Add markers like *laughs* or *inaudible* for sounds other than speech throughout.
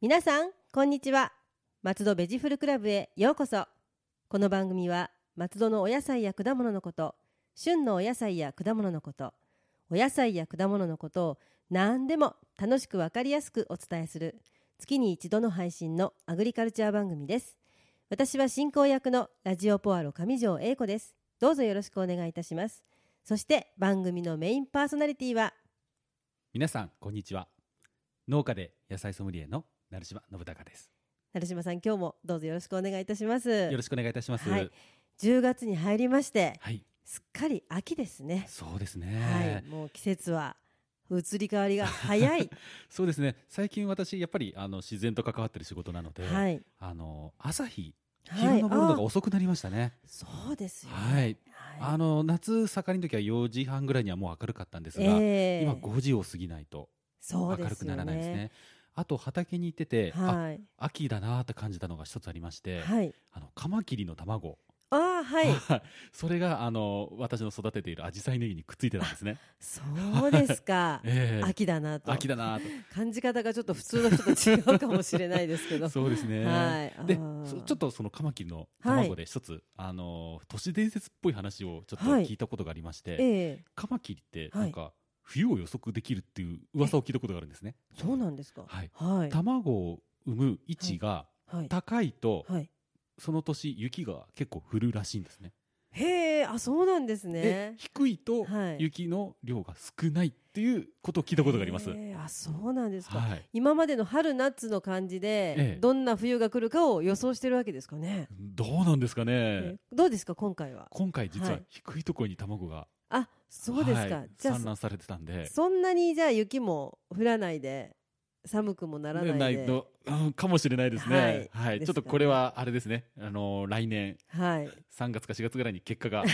皆さんこんにちは松戸ベジフルクラブへようこそこの番組は松戸のお野菜や果物のこと旬のお野菜や果物のことお野菜や果物のことを何でも楽しくわかりやすくお伝えする月に一度の配信のアグリカルチャー番組です私は進行役のラジオポアロ上条英子ですどうぞよろしくお願いいたしますそして番組のメインパーソナリティは皆さんこんにちは農家で野菜ソムリエの成島信孝です成島さん今日もどうぞよろしくお願いいたしますよよろしくお願いいたしますははいい、 10月に入りましてすっかり秋ですねそうですはいね、もう季節は移り変わりが早いそうですね最近私やっぱりあの自然と関わってる仕事な *laughs* ので、はいあの朝日日はいの昇るのがあ遅くなりましたねそうですよねはいはいあの夏盛りの時は4時半ぐらいにはもう明るかったんですが、ええ今5時を過ぎないとそ明うですよねるくならないですねあと畑に行ってて、あはい秋だなーって感じたのが一つありまして、はいあのカマキリの卵ああはい *laughs* それがあの私の育てているアジサイネギにくっついてたんです *laughs* ね。そうですか *laughs* ええ秋だなと秋だな感じ方がちょっと普通の人と違うかもしれないですけ *laughs* どと。 *laughs* そうですね。はいであーそちょっとそのカマキリのはい卵で一つ、あの都市伝説っぽい話をちょっとはい聞いたことがありまして、ええカマキリってはいなんか、冬を予測できるっていう噂を聞いたことがあるんですね。そうなんですか。はいはい。卵を産む位置がはい。高いと、はい。その年雪が結構降るらしいんですね。へえ、あ、そうなんですでね。低いとはい雪の量が少ないっていうことを聞いたことがあります。へえあ、そうなんですか。はい。今までの春夏の感じで、ええどんな冬が来るかを予想してるわけですかね。どうなんですかね。ええどうですか今回は。今回実ははい低いところに卵が、あ、そうですか。はいじゃ産卵されてたんあでそんなにじゃあ雪も降らないで寒くもならないで。ねの、うんかもしれないですね、はいはいでちすょかっとこれはあれですね、あのー来年はい。 3月か4月ぐらいに結果 *laughs* が *laughs* わ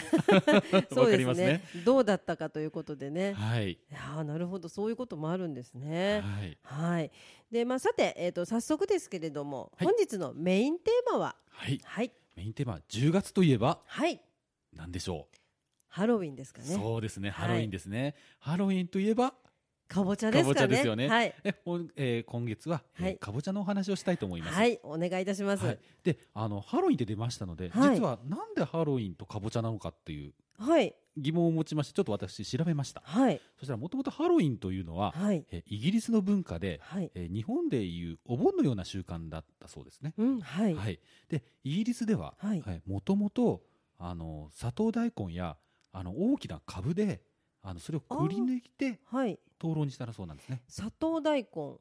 そうかりでますすねね。どうだったかということでね。はい、いやーなるほどそういうこともあるんですね。はいはい。で、まあ、さて、えっ、と、早速ですけれども、はい本日のメインテーマは。はい、はい。メインテーマ10月といえばはい。何でしょハロウィンですうかね。そうですねはハいロウィンですね、ハロウィンといえばかぼちゃですかね。かぼちゃですよねはい。え、おえー今月は、えーはいかぼちゃのお話をしたいと思います、はい、お願いいたします。ははいい。、であのハロウィンって出ましたので、はい実はなんでハロウィンとかぼちゃなのかっていうはい。疑問を持ちましてちょっと私調べましたはい。そしたらもともとハロウィンというのは、はい。えイギリスの文化で、え日本でいうお盆のような習慣だったそうですね、うん、はい。はいでイギリスでははいもともとあの砂糖大根やあの大きな株であのそれをくり抜いてはい。灯籠にしたらそうなんですね砂糖大根。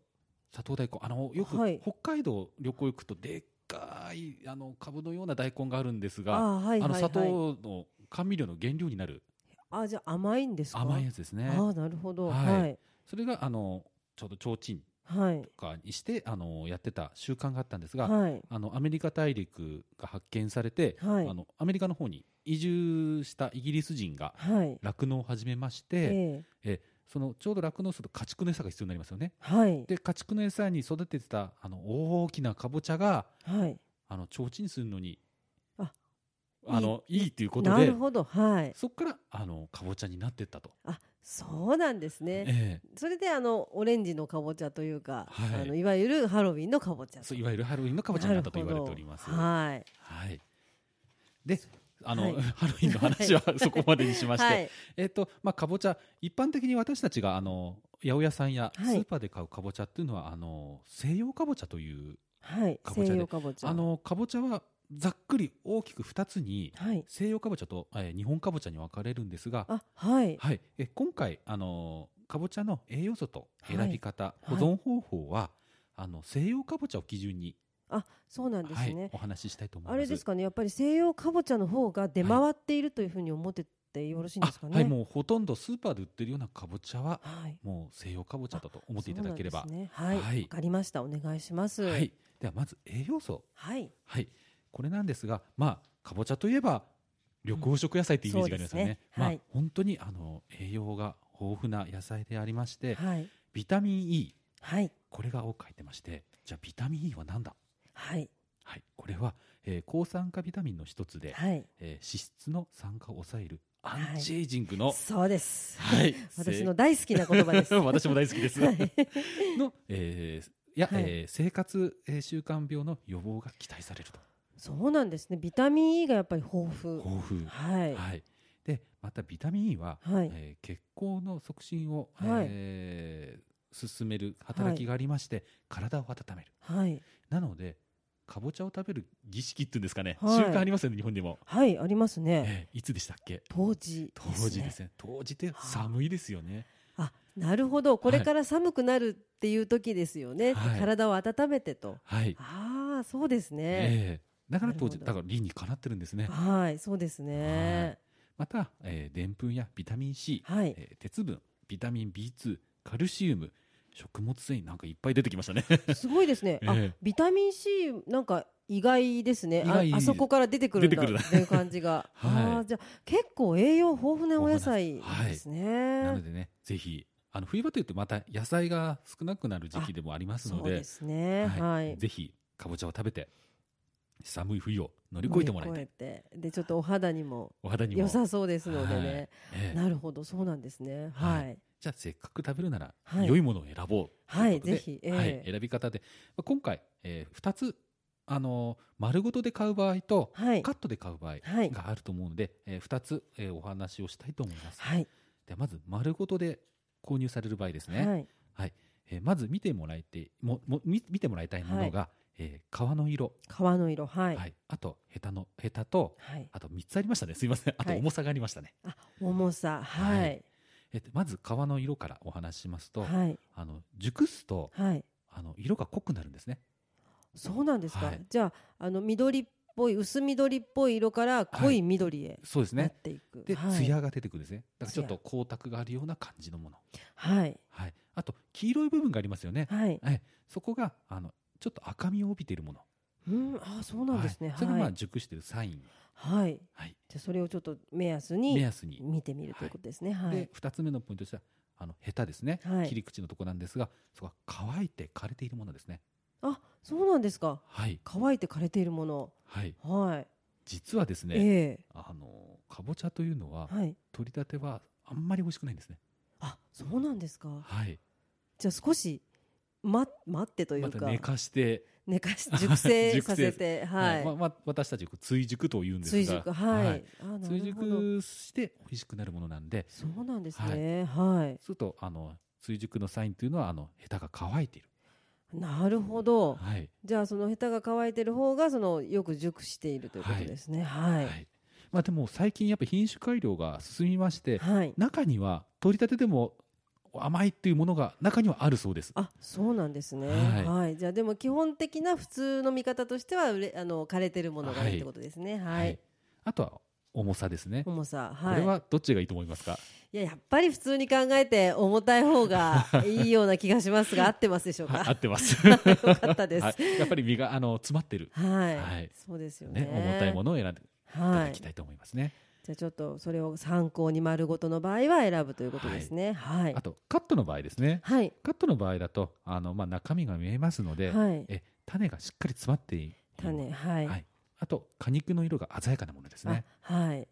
砂糖大根あのよくはい北海道旅行行くとでっかいあの株のような大根があるんですあがあー、はい。のはい。砂はい。糖の甘味料の原料になるあ、じゃ、あ甘いんですか。甘いやつですねあー、なるほど。は。はいそれがあのちょうど提灯はい。とかにしてあのやってた習慣があったんですが、はい。あのアメリカ大陸が発見されて、はいあのアメリカの方に移住したイギリス人がはい。酪農を始めましえて、え。そのちょうど酪農すると家畜の餌が必要になりますよね。はい。で家畜の餌に育ててたあの大きなかぼちゃがはい。あの提灯にするのにああのいいっていうことなでるほど。はい。そこからあのかぼちゃになってったと。あ、そうなんですね。ええそれであのオレンジのかぼちゃというか、はいあのいわゆるハロウィンのかぼちゃとそういわゆるハロウィンのかぼちゃになったと言われております。なるほどはい。はい。で、あの、はい *laughs* ハロウィンの話はそこまでにしまして、はい。えっ、と、まあ、かぼちゃ、一般的に私たちが、あの、八百屋さんやスはいーパーで買うかぼちゃっていうのは、あの、西洋かぼちゃという、はい。かぼちゃで西洋かぼちゃ。あ、の、かぼちゃはざっくり大きく2つに、はい。西洋かぼちゃと、えー日本かぼちゃに分かれるんですが、あ、はい。はい、え今回、あの、かぼちゃの栄養素と選び方、はい保存方法は、あの、西洋かぼちゃを基準に、あ、そうなんですはいね、。お話ししたいと思いまあす。れですかね、やっぱり西洋かぼちゃの方が出回っているというふうに思っててよろしいんですかね。あはい、もうほとんどスーパーで売ってるようなかぼちゃははい。もう西洋かぼちゃだと思っていただければ、そうなんですね、はい。わ、はいかりました。お願いします。は。い、ではまず栄養素、はい。はい、これなんですが、まあ、かぼちゃといえば緑黄色野菜ってイメージがありますようんそうねですねはいまあ、本当にあの栄養が豊富な野菜でありまして、はい。ビタミン E はい。これが多く入ってましてじゃあビタミン E は何だ、はい。はい、これは、えー抗酸化ビタミンの一つで、はい。えー脂質の酸化を抑えるアンチエイジングの、そうです。 *laughs* はい、私の大好きな言葉です。 *laughs* 私も大好きです。はいの、えーいや、はいえー生活、えー習慣病の予防が期待されると。そうなんですね。ビタミン E がやっぱり豊富。豊富。はい。はい。で、またビタミン E は、はいえー血行の促進を、はいえー進める働きがありまして、体を温める。はい。なので、かぼちゃを食べる儀式っていうんですかね、はい習慣ありますよね、日本でも。はい、ありますね。えーいつでしたっけ当時当ですね。時ですね。当時って寒いですよね。あ、なるほど。これから寒くなるっていう時ですよね。はい体を温めてと。はい。ああ、そうですね。えーだから当時、なだるから理にかなってるんですね。はい、そうですね。また、えー、でんぷんやビタミン C、はい。えー鉄分ビタミン B2 カルシウム食物繊維なんかいっぱい出てきましたねすごいですね。*laughs* あええ、ビタミン C なんか意外ですね。あ意外あそこから出てくるんだ出てくるなっていう感じが。 *laughs* はいああ、じゃあ結構栄養豊富なお野菜ですなのね。でねぜひあの冬場というとまた野菜が少なくなる時期でもありますそのうでですね。ははいい。ぜひかぼちゃを食べて寒い冬を乗り越えてもらいたい乗り越えてでちょっとお肌にもお肌にも良さそうですのではね、ええなるほどそうなんですねははいいじゃあせっかく食べるなら、はい良いものを選ぼうはいということでぜひええはい選び方でまあ今回、えー、2つあのー丸ごとで買う場合と、はいカットで買う場合はいがあると思うので、えー、2つ、えーお話をしたいと思います。はいではまず丸ごとで購入される場合ですね、はいえーまず見てもらいてもも見見てもらいたいものが、えー皮の色、皮の色ははいいあとヘタのヘタとはいあと3つありましたねすいませんあとはい重さがありましたね、重さははいいえっとまず皮の色からお話ししますと、はいあの熟すとはいあの色が濃くなるんですねそうなんですはかいじゃああの緑っぽい薄緑っぽい色から濃い緑へそうですなっねていくで、はい艶が出てくるんですねだからちょっと光沢があるような感じのもの、はいはい、あと黄色い部分がありますよね、はいはい、そこがあのちょっと赤みを帯びているものうんあそうなんですねはいそれがまはあい熟しているサイン、はいはい、じゃあそれをちょっと目安目に安に。見てみるということですねはでい2つ目のポイントとしてはあのヘタですね、はい切り口のところなんですがそこは乾いて枯れているものですね。あそうなんですかはい、乾いて枯れているものはい、はい実はですね、ええあのかぼちゃというのははい取り立てはあんまり美味しくないんですね。あそうなんですかはい、じゃあ少し、ま、待ってといまうたか、寝かして、寝か *laughs* し熟成熟成させてはい、まあまあ、私たちこう追熟というんですが追熟はい、はいあなるほど追熟して美味しくなるものなんでそうなんですねはい、するとあの追熟のサインというのはあのヘタが乾いている。なるほど、はいじゃあそのヘタが乾いてる方がそのよく熟しているということですねははいいまあ、でも最近やっぱ品種改良が進みまして、はい、中には取り立てでも甘いっていうものが中にはあるそうです。あそうなんですね、ははいいじゃあでも基本的な普通の見方としてはうれあの枯れてるものがいいってことですねはい、はいあとは重さですね。こ重さはいれはどっちがいいと思いますか。いややっぱり普通に考えて重たい方がいいような気がしますが合ってますでしょうはい *laughs* か合ってます。 *laughs* よかったです。ははいやっぱり身があの詰まってる、い、はいそうですよね。ね、重たいものを選んでいたはだい。きじたいと思いますね。ゃあちょっとそれを参考に丸ごとの場合は選ぶということですね。はいあ。とカットの場合ですね。はい。カットの場合だとあのまあ中身が見えますので、はい。え種がしっかり詰まっている。種、はい。はいあと果肉の色が鮮やかなものですあね。、ははい。い。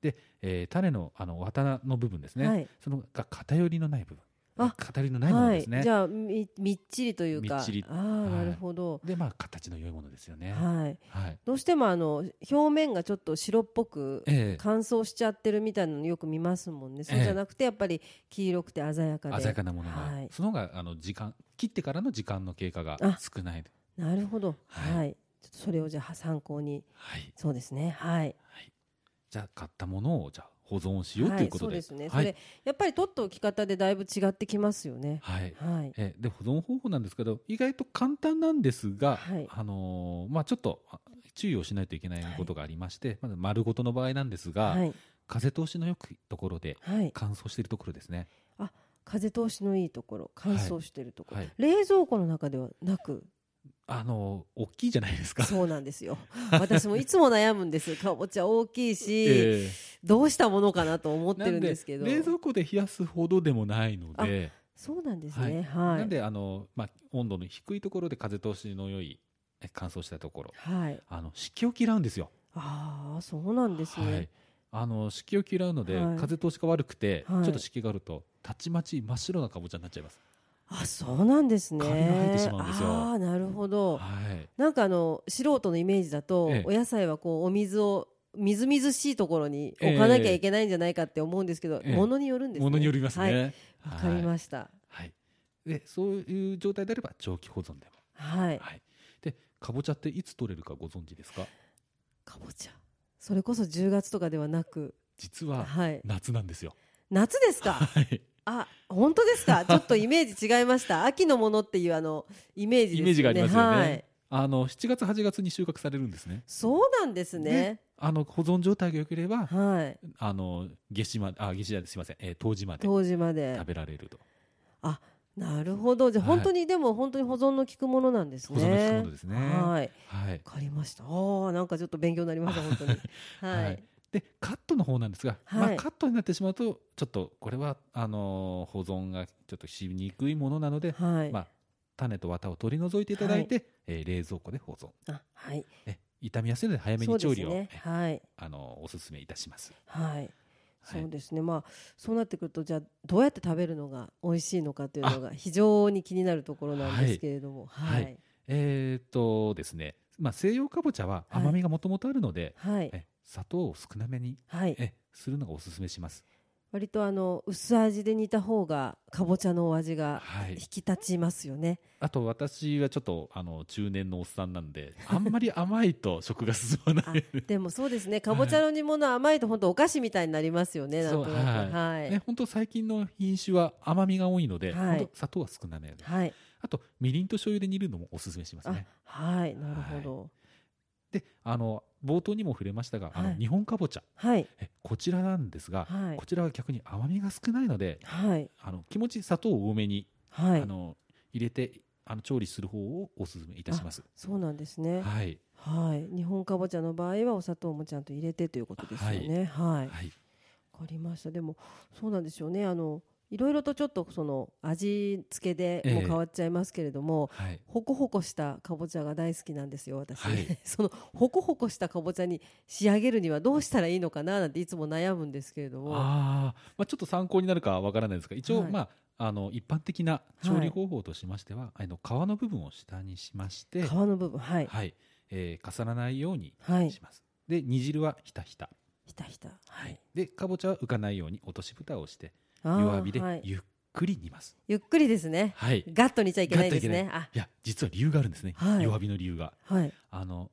で、えー種のあの綿の部分ですね。はい。そのが偏りのない部分。あ偏りのないものはですね。い。じゃあ、み、みっちりというか。みっちりああ、いなるほど。で、まあ、形の良いものですよね。はい。はい。どうしても、あの、表面がちょっと白っぽく。ええ乾燥しちゃってるみたいなのよく見ますもんね。そうじゃなくて、やっぱり黄色くて鮮やかで。鮮やかなものが、はいその方があの時間切ってからの時間の経過があ少ない。なるほど。はいはい。ちょっとそれをじゃあ参考に。はい。そうですね。はい。じゃあ買ったものをじゃあ保存しようということで。はい、そうですね、はい。それやっぱり取っておき方でだいぶ違ってきますよねはいはいえで保存方法なんですけど意外と簡単なんですが、はいあのーまあ、ちょっとあ注意をしないといけないことがありまして、まず丸ごとの場合なんですが、はい、風通しのよくところではい、乾燥しているところですね、風通しのいいところ乾燥してるところ、はい、冷蔵庫の中ではなくあのー大きいじゃないですか。そうなんで *laughs* すよ私もいつも悩むんですかぼちゃ大きいし、ええどうしたものかなと思ってなるんんでですけど冷蔵庫で冷やすほどでもないので、そうなんですねはい、なんであの、まあ、温度の低いところで風通しの良いえ乾燥したところはい、あの湿気を嫌うんですよ。ああそうなんですね、はい、あの湿気を嫌うので、はい風通しが悪くて、はいちょっと湿気があるとたちまち真っ白なかぼちゃになっちゃいます。あそうなんですねカビが生えてしまうんですよああなるほど、はい、なんかあの素人のイメージだと、ええお野菜はこうお水をみずみずしいところに置かなきゃいけないんじゃないかって思うんですけど、ええものによるんですねものによりますはいね。わ、かりましたはい。でそういう状態であれば長期保存でも。はい、はい。でかぼちゃっていつ取れるかご存知ですか。かぼちゃそれこそ10月とかではなく実ははい夏なんですよ。夏で *laughs* すかはい。あ本当ですかちょっとイメージ違い *laughs* ました秋のものっていうあのイメージですよねイメージがありますよねはい、あの7月8月に収穫されるんですね。そうなんですねあの保存状態が良ければ、はいあの夏至まであ夏至じゃないすみません、えー、冬至まで当時まで食べられると。なるほどじゃあはい本当に、でも本当に保存の効くものなんですね保存の効くものですねはいはい。わかりましたあーなんかちょっと勉強になり *laughs* ました本当にはい、はいでカットの方なんですが、はいまあ、カットになってしまうとちょっとこれはあのー保存がちょっとしにくいものなので、はい、まあ、種と綿を取り除いていただいて、えー冷蔵庫で保存あはいえ傷みやすいので早めそにうで調す理を、ねえはいあのーおすすめいたします。はいはいそうですね、まあそうなってくるとじゃあどうやって食べるのが美味しいのかというのが非常に気になるところなんですけれどもははいいえーっとですね、まあ、西洋かぼちゃははい甘みがもともとあるので、はいえ砂糖を少なめに、はいえするのがおすすめします。割とあの薄味で煮た方がかぼちゃのお味がはい引、き立ちますよねあと私はちょっとあの中年のおっさんなんであんまり甘いと食が進まないでもそうですねかぼちゃの煮物は甘いと本当お菓子みたいになりますよねなんとなくそうはいはいね、本当最近の品種は甘みが多いので、はい本当砂糖は少なめで、はいあとみりんと醤油で煮るのもおすすめしますあねはいなるほどであの冒頭にも触れましたが、あはのい日本かぼちゃはいえこちらなんですが、はいこちらは逆に甘みが少ないのではいあの気持ち砂糖を多めに、はあいの入れてあの調理する方をおすすめいたしますそうなんですねはい、はい日本かぼちゃの場合はお砂糖もちゃんと入れてということですよねはいはいわかりましたでもそうなんですよねあのいろいろとちょっとその味付けでもうええ変わっちゃいますけれども、はい、ほこほこしたかぼちゃが大好きなんですよ私、はい *laughs* そのほこほこしたかぼちゃに仕上げるにはどうしたらいいのかななんていつも悩むんですけれどもあーまあ、ちょっと参考になるかわからないですが一応、はいまあ、あの一般的な調理方法としましては、あの皮の部分を下にしまして、皮はの部分はいいえー重ならないようにはいします、で煮汁はひたひた、ひたひたはいでかぼちゃは浮かないように落とし蓋をしてあー弱火ではいゆっくり煮ます、ゆっくりですねはいい、ガッと煮ちゃいけないですガッといねけあや実は理由があるんですね、はい弱火の理由がはいあの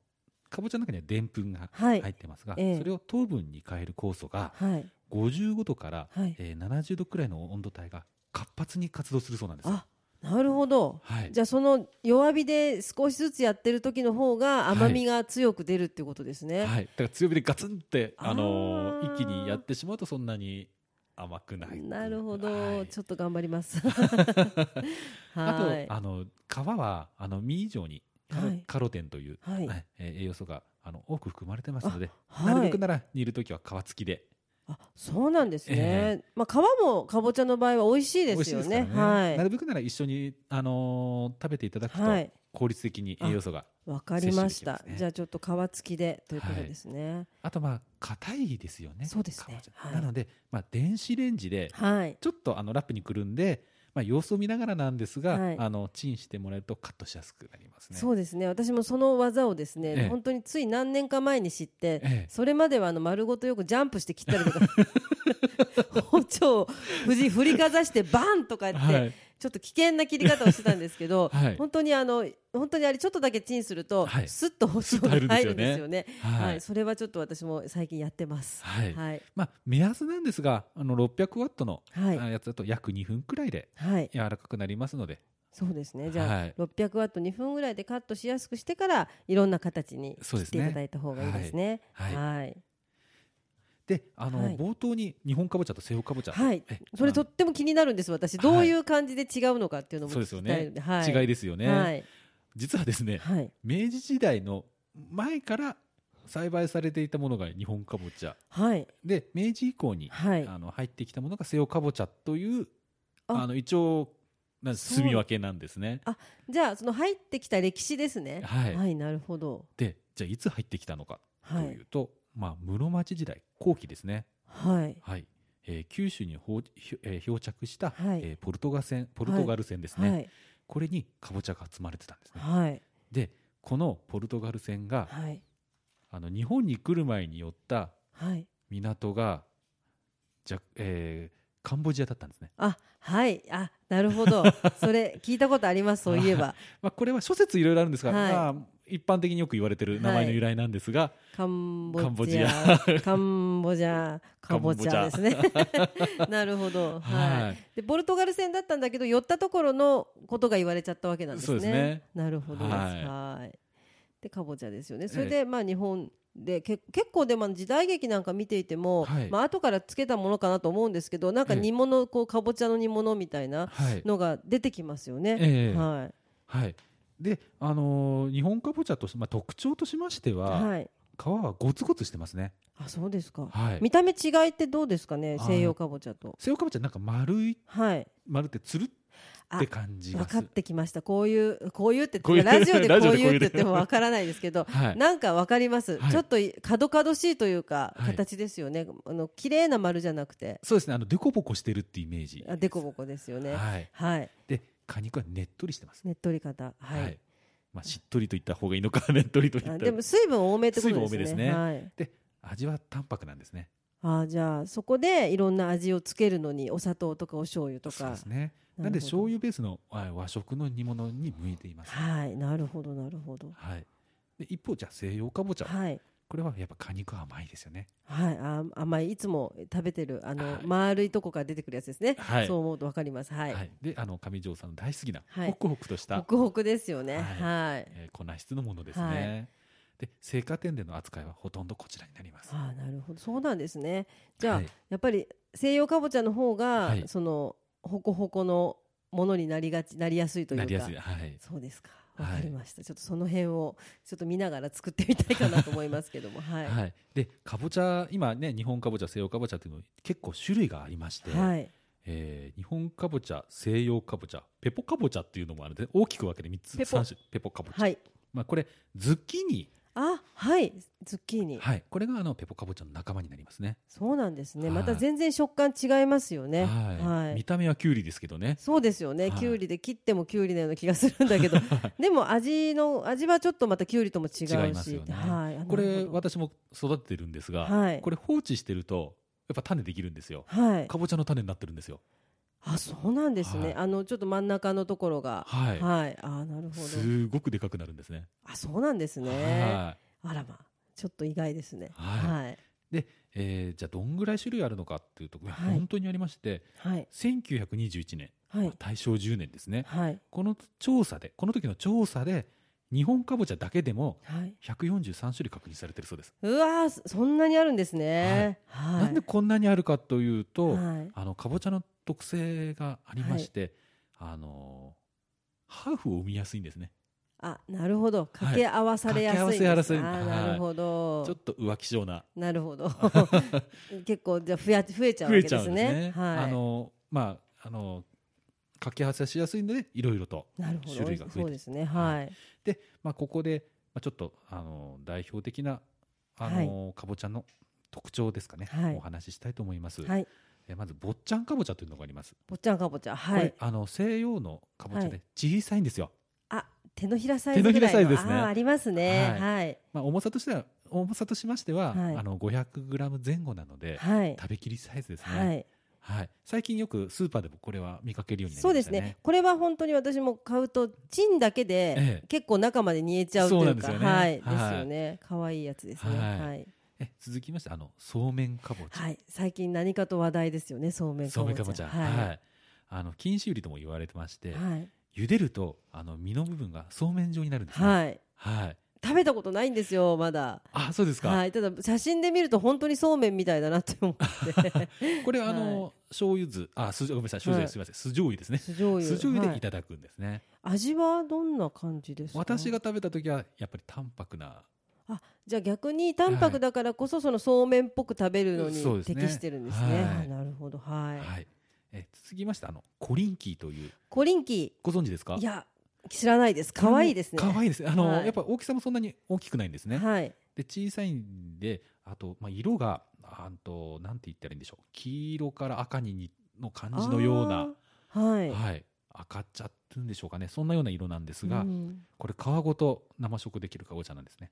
かぼちゃの中にはでんぷんがは入いってますが、ええそれを糖分に変える酵素がはい55度からはいえー、70度くらいの温度帯が活発に活動するそうなんですよ。あなるほどはい、じゃあその弱火で少しずつやってる時の方が甘みが強く出るってことですね。はい、だから強火でガツンって、あーあのー一気にやってしまうとそんなに甘くない。なるほど、はいちょっと頑張ります。 *laughs* あと、はい。あの皮はあの実以上にカロ,、はいカロテンという、はいはいえー栄養素があの多く含まれてますので、あはないるべくなら煮るときは皮付きで。あ、そうなんですね。まあ皮もかぼちゃの場合は美味しいですよね。美味しいですからねなはるべくなら一緒に、あのー食べていただくい。はいと。効率的に栄養素が、わかりまし摂取できまたすねじゃあちょっと皮付きでということですね。あとまあ硬いですよねそうですかねぼちゃはいなので、まあ、電子レンジではい。ちょっとあのラップにくるんで、まあ、様子を見ながらなんですが、はいあのチンしてもらえるとカットしやすくなりますね。そうですね私もその技をですね、ええ本当につい何年か前に知って、ええそれまではあの丸ごとよくジャンプして切ったりとか包丁を振り振りかざしてバンとかって、はいちょっと危険な切り方をしてたんですけど、 *laughs* はい本当にあの本当にあれちょっとだけチンすると、はいスッと包丁スッとが入るんです入よねるんですよね。はい、はいそれはちょっと私も最近やってます。はいはい、まあ、目安なんですがあの600ワットのはいあやつだと約2分くらいではい、柔らかくなりますのでそうですね。じゃあ、はい600ワット2分ぐらいでカットしやすくしてから、いろんな形にそう切でっすていねただいた方がいいですね。はいはいであの、はい冒頭に日本かぼちゃと西洋かぼちゃ、はいえそれとあっても気になるんです私どういう感じで違うのかっていうのもそう聞ですよきねたいので、はの違いでですよね、はい実はですねはい明治時代の前から栽培されていたものが日本かぼちゃはいで明治以降に、はいあの入ってきたものが西洋かぼちゃというああの一応なんそう住み分けなんですね。じゃあその入ってきた歴史ですねはいはいなるほどでじゃあいつ入ってきたのかとはいいうと、まあ、室町時代後期ですね、はい。はいえー九州にほうひえー漂着した、はいえーポルトガ船ポルトガル船ですね、はい。これにかぼちゃが積まれてたんですね。はい。でこのポルトガル船がはい。あの日本に来る前に寄ったはい。港がじゃ、えーカンボジアだったんですね、あ、はい。あ、なるほ *laughs* ど。それ聞いたことあります。そういえば。まあ、これは諸説いろいろあるんですが、はいまあ、一般的によく言われてる名前の由来なんですが、カンカンボボジジア。カンボジア。カボチカャでンボすね。 *laughs* なるほはど。いはい。で、ポルトガル戦だったんだけど、寄ったところのことが言われちゃったわけなんですそうね。ですねなるほどです。はいはい。で、かぼちゃですよね。えそれで、まあ、日本。でけ結構でも時代劇なんか見ていても、はいまあ後からつけたものかなと思うんですけどなんか煮物、こうかぼちゃの煮物みたいなはいのが出てきますよね。ええははい、で、あのー日本かぼちゃとして、まあ、特徴としましてい、は、はい、皮はゴツゴツしてますね、あそうですか、はい、見た目違いってどうですかねはい西洋かぼちゃと。西洋かぼちゃなんか丸いはい丸ってつるあって感じ分がすかっるてきましたこういうこういうってこういうラジオでこラジオうでこういういうって言っても分からないですけど、はいなんか分かります、はいちょっとい角々しいというかはい形ですよね、あの綺麗な丸じゃなくてそうですねあのデコボコしてるってイメージあでこぼこですよねはい、はい、で果肉はねっとりしてます、ねっとり方はい、まあ、しっとりといった方がいいのか *laughs* ねっとりといったあらでも水分多めってことですね水分多めですねはい、で味は淡白なんですねあじゃあそこでいろんな味をつけるのにお砂糖とかお醤油とそうかですねななんでるほど醤油ベースのあ和食の煮物に向いています、はいなるほどなるほどはい、で一方じゃあ西洋かぼちゃ、はいこれはやっぱ果肉は甘いですよねはい、あ甘いいつも食べてるあの、はい丸いとこから出てくるやつですね、はいそう思うとわかりますはい、はい、であの上条さんの大好きなはいホクホクとした、ホクホクですよねは、はいえー粉質のものですね、はいで青果店での扱いはほとんどこちらになりますああなるほどそうなんですねじゃあ、はいやっぱり西洋かぼちゃの方が、はいそのホコホコのものになりがちなりやすいというなかりやすいはいそうですかわはいかりました、ちょっとその辺をちょっと見ながら作ってみたいかなと思いますけどもはいははい、でかぼちゃ今ね日本かぼちゃ西洋かぼちゃっていうの結構種類がありまして、い、えー日本かぼちゃ西洋かぼちゃペポかぼちゃっていうのもあるので大きく分けて3つペポ三種ペポかぼちゃ、はいまあ、これズッキーニ、あはいズッキーニ、はい、これがあのペポかぼちゃの仲間になりますねそうなんですねはいまた全然食感違いますよねはい見た目はきゅうりですけどねそうですよね、はいきゅうりで切ってもきゅうりのような気がするんだ *laughs* けどでも味の味はちょっとまたきゅうりとも違うし違いますよねはいあこなれるほど私も育ててるんですが、はいこれ放置してるとやっぱ種できるんですよはいかぼちゃの種になってるんですよあそうなんですね、はいあのちょっと真ん中のところがはい、あなるほどすごくでかくなるんですねあそうなんですねはいあらまちょっと意外ですねははいえーじゃあどんぐらい種類あるのかっていうと、いやはい本当にありましてはい1921年、はい大正10年ですねはいこの調査でこの時の調査で日本かぼちゃだけでもはい143種類確認されてるそうです、うわーそそんなにあるんですねはいなんでこんなにあるかというと、はいあのかぼちゃの特性がありまして、あのーハーフを生みやすいんですねあなるほど掛け合わされやすいんですね、掛け合わせやすいあなるほど、ちょっと浮気性ななる *laughs* ほど結構じゃあ増や増えちゃう増わえけちゃでうんすですねね。はい、あのまああの掛け合わせしやすいのでいろいろと、なるほど種類が増えてそうですねはい、まあ、ここで、まあ、ちょっとあの代表的なあの、かぼちゃの特徴ですかね、はいお話ししたいと思います、はい、えまず坊ちゃんかぼちゃというのがあります、ぼっちゃんかぼちゃんはこいれあの西洋のかぼちゃはで小さいんですよ、あ手のひらサイズぐらいの手のひらサイズですねあーありますねはいはいまあ、重さとしては重さとしましては、はいあの 500g 前後なので、はい食べきりサイズですね、ははいい、最近よくスーパーでもこれは見かけるようになりそうまでしすたねねこれは本当に私も買うとチンだけで、ええ結構中まで煮えちゃうというかそうなんですよねはい、はいですよね可愛いやつですねははいい、はいえ続きましてあのそうめんかぼちゃ、最近何かと話題ですよねそうめんかそうぼちめゃんかぼちゃ、ははいい、あの錦糸売りとも言われてまして、はい茹でるとあの身の部分がそうめん状になるんですね、はい、はい食べたことないんですよまだあそうですか、はい、ただ写真で見ると本当にそうめんみたいだなって *laughs* 思って、これあの、醤油酢あ酢ごめんなさい醤油はい酢すみません酢醤油ですね酢醤油酢醤油はでいいただくんですね、味はどんな感じですか私が食べた時はやっぱり淡白なじゃあ逆に淡白だからこそそのそうめんっぽく食べるのにそうですね適してるんですねはいあなるほどはい、はい、え続きましてあのコリンキーというコリンキご存知ですかーいや知らないです可愛いですね可愛いですあの、はいやっぱ大きさもそんなに大きくないんですね、はいで小さいんであと、まあ、色があんとなんて言ったらいいんでしょう黄色から赤ににの感じのような、あーはい、はい、赤茶っていうんでしょうかねそんなような色なんですが、うんこれ皮ごと生食できるかぼちゃなんですね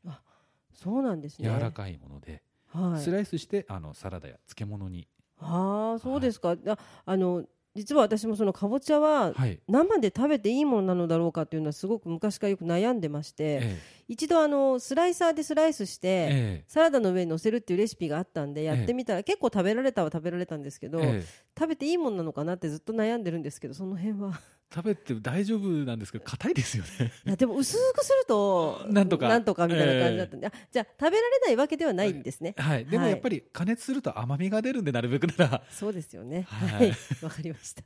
そうなんですね柔らかいもので、はい、スライスしてあのサラダや漬物に、ああそうですか、ああの実は私もそのかぼちゃははい生で食べていいものなのだろうかっていうのはすごく昔からよく悩んでまして、え一度あのスライサーでスライスして、ええサラダの上に乗せるっていうレシピがあったんでやってみたら、結構食べられたは食べられたんですけえど、ええ食べていいものなのかなってずっと悩んでるんですけどその辺 *laughs* は食べて大丈夫なんですけど硬いですよねいやでも薄くするとなんとかなんとかみたいな感じだったんで、あじゃあ食べられないわけではないんですね、はい *laughs* でもやっぱり加熱すると甘みが出るんでなるべくならそうですよねははいいわ、かりました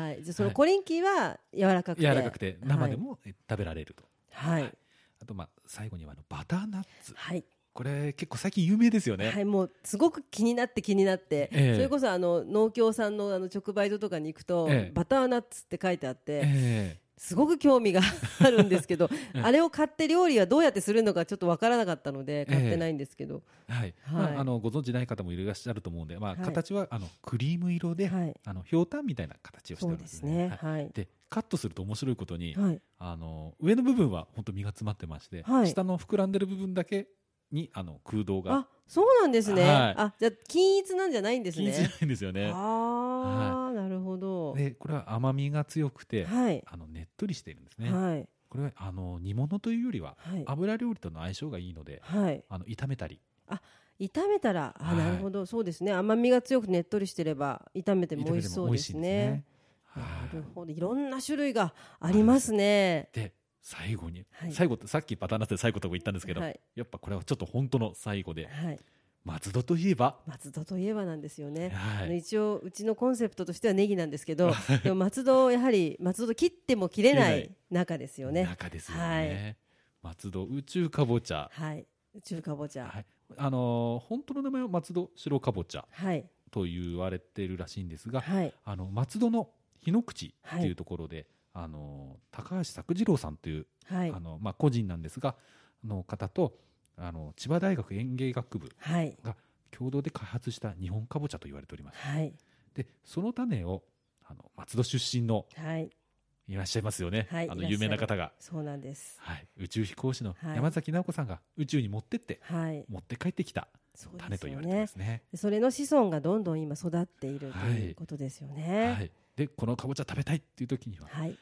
はいじゃあそのはいコリンキーは柔らかくて柔らかくて生でもえ食べられると、はいはいあとまあ最後にはあのバターナッツはい、これ結構最近有名ですよね、はい、もうすごく気になって気になって、ええそれこそあの農協さんのあの直売所とかに行くと、ええバターナッツって書いてあって、えすごく興味があるんですけど、 *laughs* えあれを買って料理はどうやってするのかちょっとわからなかったのでえ買ってないんですけど、えはいはいまあ、あのご存知ない方もいらっしゃると思うんで、まはあ、い形はあのクリーム色で、はい、あのひょうたんみたいな形をしておそうりまですすねはいはいでカットすると面白いことに、はいあの上の部分は本当身が詰まってまして、はい下の膨らんでる部分だけにあの空洞があそうなんですね、はいあじゃあ均一なんじゃないんです均一じゃねないんですよね。ああ、なるほどでこれは甘みが強くて、はいあのねっとりしているんですね。はいこれはあの煮物というよりははい油料理との相性がいいので、はいあの炒めたり炒めたらあはいなるほどそうですね甘みが強くねっとりしてれば炒めても美味しそうです炒めても美味しね。いなるですねはいほどいろんな種類がありますね。で最後に、はい最後ってさっきバターナッツで最後とも言ったんですけど、はいやっぱこれはちょっと本当の最後ではい松戸といえば、松戸といえばなんですよね。あはのい、一応うちのコンセプトとしてはネギなんですけど、でも松戸をやはり松戸切っても切れな切れない中ですよね。中ですよね、松戸宇宙かぼちゃ、はい、中かぼちゃ。はいあのー本当の名前は松戸白かぼちゃはいと言われてるらしいんですが、はいあの松戸の日の口っていうところで、あのー高橋作次郎さんという、はいあのまあ、個人なんですがあの方とあの千葉大学園芸学部はい共同で開発した日本かぼちゃと言われておりますはいでその種をあの松戸出身のはいいらっしゃいますよね、はいあいのらっし有ゃい名な方が、そうなんです。はい、宇宙飛行士のはい山崎直子さんが宇宙に持ってって、はい持って帰ってきたそう種でとす言よわれてまね。すね。それの子孫がどんどん今育っているとはいいうことですよはね。い、でこのかぼちゃ食べたいっていう時には、はい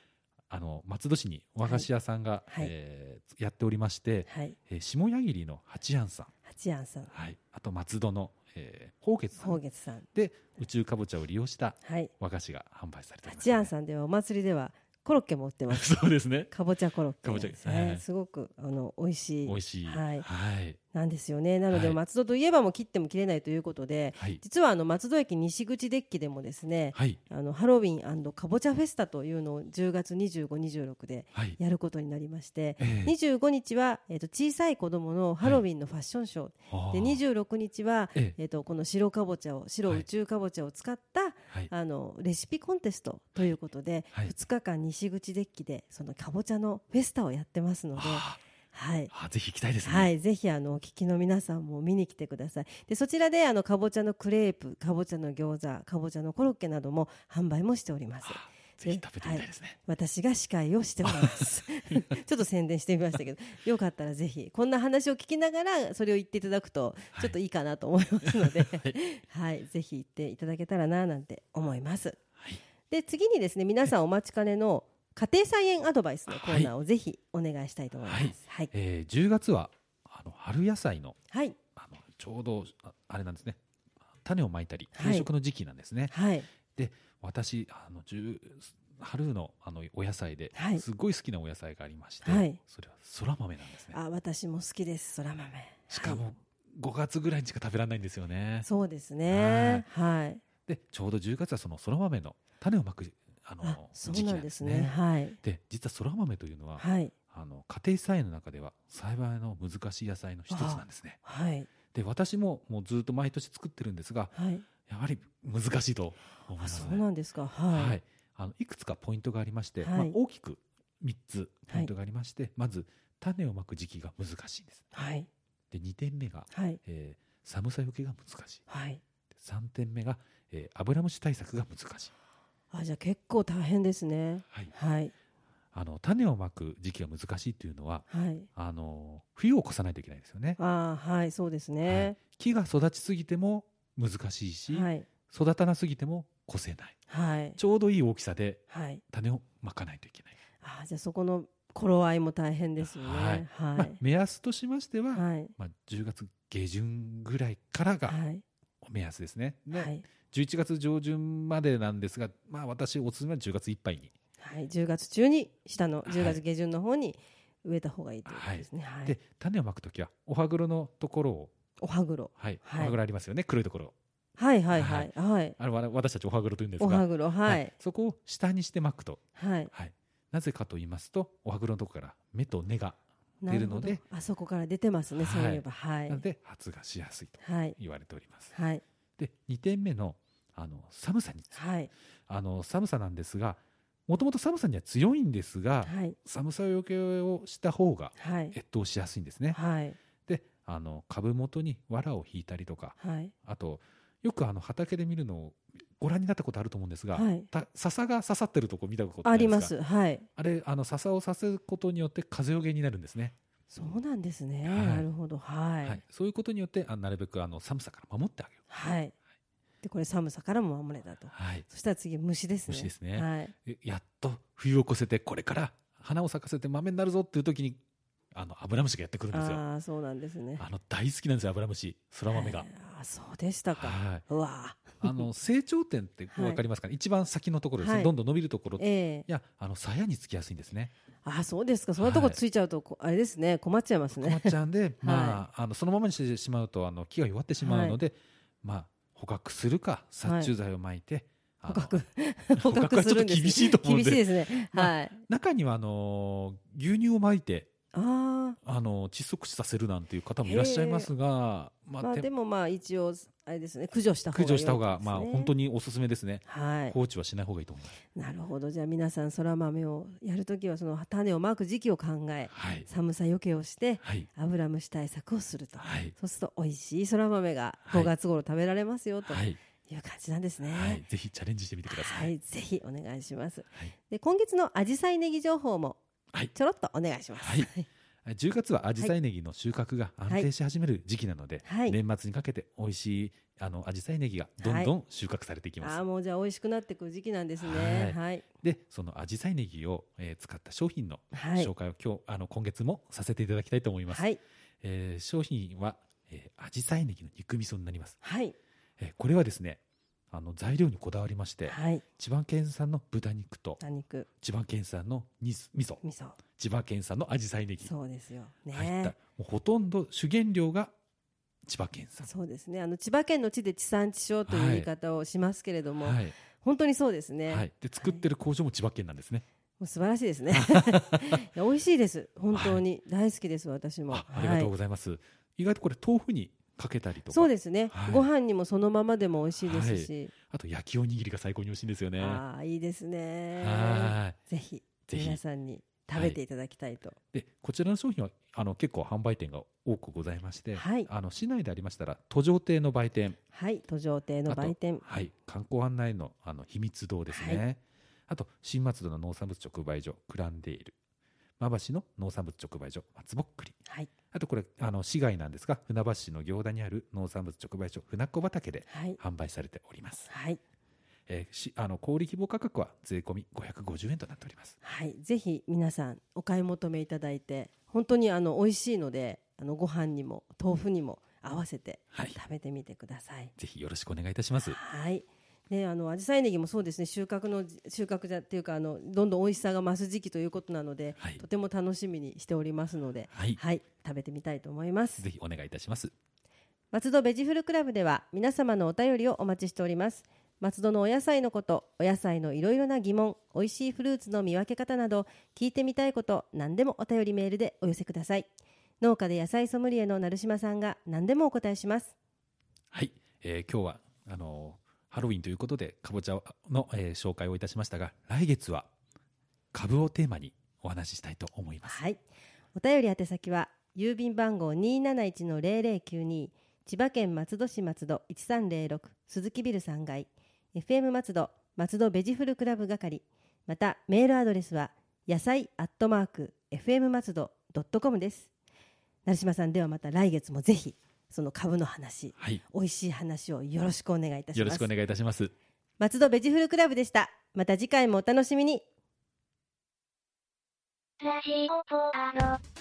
あの松戸市に和菓子屋さんが、はいえーやっておりまして、はいえー下矢切の八安さん、八安さん、はい、あと松戸の、えー、宝月さ宝ん月さん、で宇宙かぼちゃを利用したはい和菓子が販売されております、八安さんではお祭りではコロッケも売ってま *laughs* す。そうですね。かぼちゃコロッケかなぼんちゃですね。はいすごくあの美味しい美味しい。はいはい。なんですよね。なのではい松戸といえばもう切っても切れないということで、はい。実はあの松戸駅西口デッキでもですね、はい。あのハロウィンかぼちゃフェスタというのを10月25、26ではい。やることになりまして。ええ25日は、えっと小さい子供のハロウィンのファッションショー、あでー26日は、えええっとこの白かぼちゃを白はい宇宙かぼちゃを使った、はい。あのレシピコンテストということで、はい2日間西口デッキでそのかぼちゃのフェスタをやってますので、あはいーあー、ぜひ行きたいですね。は。い、ぜひあのお聞きの皆さんも見に来てくださいでそちらであのかぼちゃのクレープかぼちゃの餃子かぼちゃのコロッケなども販売もしておりますあーぜひ食べてみたいですね。私が司会をしておりま *laughs* すちょっと宣伝してみましたけどよかったらぜひこんな話を聞きながらそれを言っていただくとはいちょっといいかなと思います *laughs* ので、はいぜひ行っていただけたらななんて思いますはい。で次にですね皆さんお待ちかねの家庭菜園アドバイスのコーナーをぜひお願いしたいと思います。はい、えー、10月はあの春野菜のはい、あのちょうどああれなんですね。種をまいたりはい給食の時期なんですね。はい、私あの10春のあのお野菜ではいすごい好きなお野菜がありまして、はいそれはそら豆なんですね。あ私も好きですそら豆しかはも5月ぐらいにしか食べられないんですよねい。そうですねはいでちょうど10月はそのそら豆の種をまくあのあそう時期ななんんでですすねね。はいで実はそら豆というのは、はいあの家庭菜園の中では栽培の難しい野菜の一つなんですね。はいで私ももうずっと毎年作ってるんですがはいやはり難しいと思いまあすそうね。なんですかはい、はいあのいくつかポイントがありまして、はいまあ、大きく3つポイントがありまして、まず種をまく時期が難しいんです。はいで2点目が、はいえー寒さよけが難しいはい。 3点目が、えー、油虫対策が難しい、あ、じゃあ結構大変ですね。はい、はい。あの種をまく時期が難しいというのははい。あの冬を越さないといけないですよね、あー、はい、そうですはいね。木が育ちすぎても難しいし、はい。育たなすぎても越せないはい。ちょうどいい大きさではい。種をまかないといけない、あー、じゃあそこの頃合いも大変ですよね。まはあい。目安としましては、はい。まあ、10月下旬ぐらいからがはい。目安ですね、ではい。 11月上旬までなんですが、まあ、私おすすめは10月いっぱいに、はい。10月中に、下のはい10月下旬の方に植えた方がいいということですね。はい。で種をまくときはお歯黒のところを、お歯黒。はいはいお歯黒ありますよね黒いところはいはいはい。はい。あれわ私たちお歯黒というんですおが歯黒。ははいい。そこを下にしてまくと、はい。はい、なぜかと言いますとお歯黒のところから目と根がな出るほのどであそこから出てますね、はいそういえばはいなので発芽しやすいとはい言われております。はいで2点目のあの寒さについてはいあの寒さなんですがもともと寒さには強いんですが、はい寒さよけをした方がはい越冬しやすいんですね。はいであの株元に藁を引いたりとかはいあとよくあの畑で見るのをご覧になったことあると思うんですが、はいた笹が刺さってるとこ見たことあないでりすかますはいあれあの笹を刺すことによって風よけになるんですね、そうなんですね、はいなるほどははいいはい、そういうことによってあなるべくあの寒さから守ってあげる、でこれ寒さからも守れたとはい、そしたら次虫ですね虫ですねはいえやっと冬を越せてこれから花を咲かせて豆になるぞっていう時にあのアブラムシがやってくるんですよあああそうなんですねの大好きなんですよアブラムシそら豆が、えーあそうでしたか、はいうわあの成長点ってはい分かりますかね、一番先のところですね、はいどんどん伸びるところーいええやあの鞘につきやすいんですねあそうですかそんなとこついちゃうと、こあれですね困っちゃいます困ねっちゃ *laughs* うんで、まああのそのままにしてしまうとあの木が弱ってしまうので、まあ捕獲するか殺虫剤を撒いて、あ捕の獲 *laughs* 捕獲はちょっと厳しいと思うん厳しいでですね、まはい中にはあの牛乳を撒いてあああの窒息死させるなんていう方もいらっしゃいますが、まあまあ、てでもまあ一応あれですね駆除した方が駆除した方が、良まあいですね本当におすすめですね、はい放置はしない方がいいと思います、なるほどじゃあ皆さんそら豆をやるときはその種をまく時期を考えはい寒さよけをしてはい油虫対策をすると、はいそうすると美味しいそら豆がはい5月頃食べられますよとはい、いう感じなんですね。はい、ぜひチャレンジしてみてくださ、はいい、ぜひお願いします。はいで、今月の紫陽花ネギ情報もはいちょろっとお願いします。はい10月は紫陽花ネギの収穫が安定し始める時期なので、はい年末にかけて美味しいあの紫陽花ネギがどんどん収穫されていきます、ああ、もうじゃあ美味しくなってくる時期なんですね。はい、でその紫陽花ネギを、えー使った商品のはい紹、介を今日あの今月もさせていただきたいと思います、はい、えー商品は、えー、紫陽花ネギの肉味噌になりますはい、えーこれはですねあの材料にこだわりまして、はい、千葉県産の豚肉と多肉、千葉県産のニス味噌味噌。千葉県産の紫陽花ネギそうですよ。入ったね。もうほとんど主原料が千葉県産そうですね。あの千葉県の地で地産地消というはい言い方をしますけれども、はい、本当にそうですね。はい、で作ってる工場も千葉県なんですね、もう素晴らしいで *laughs* すね。いや美味しいです。本当に、大好きです私も。あありがとうはいございます、意外とこれ豆腐にかけたりとかそうですね、はいご飯にもそのままでも美味しいですし、あと焼きおにぎりが最高に美味しいんですよねはああいいですね。いぜひぜひ皆さんに食べていただきたいと。でこちらの商品はあの結構販売店が多くございまして、はいあの市内でありましたら途上亭の売店はい、途上亭の売店。はい、観光案内のあの秘密堂ですね、はあと新松戸の農産物直売所クランデール馬橋の農産物直売所松ぼっくりはいあとこれあの市外なんですが船橋市の行田にある農産物直売所船子畑ではい販売されております、はいえーしあの小売希望価格は税込み550円となっておりますはい、ぜひ皆さんお買い求めいただいて本当にあの美味しいのであのご飯にも豆腐にも合わせてはい食べてみてください。ぜひよろしくお願いいたしますはいであの紫陽花ネギもそうですね収穫の収穫じゃっていうかあのどんどん美味しさが増す時期ということなので、はいとても楽しみにしておりますので、はい、はい、食べてみたいと思います。ぜひお願いいたします松戸ベジフルクラブでは皆様のお便りをお待ちしております松戸のお野菜のことお野菜のいろいろな疑問おいしいフルーツの見分け方など聞いてみたいこと何でもお便りメールでお寄せください農家で野菜ソムリエの成島さんが何でもお答えしますはい、えー今日はあのーハロウィンということでかぼちゃの、えー紹介をいたしましたが来月は株をテーマにお話ししたいと思いますはいお便り宛先は郵便番号271-0092千葉県松戸市松戸1306鈴木ビル3階 FM 松戸松戸ベジフルクラブ係またメールアドレスは野菜アットマーク FM 松戸ドットコムです成島さんではまた来月もぜひその株の話はい。美味しい話をよろしくお願いいたしよろましくすお願いいたします。松戸ベジフルクラブでしたまた次回もお楽しみにラジオポアド。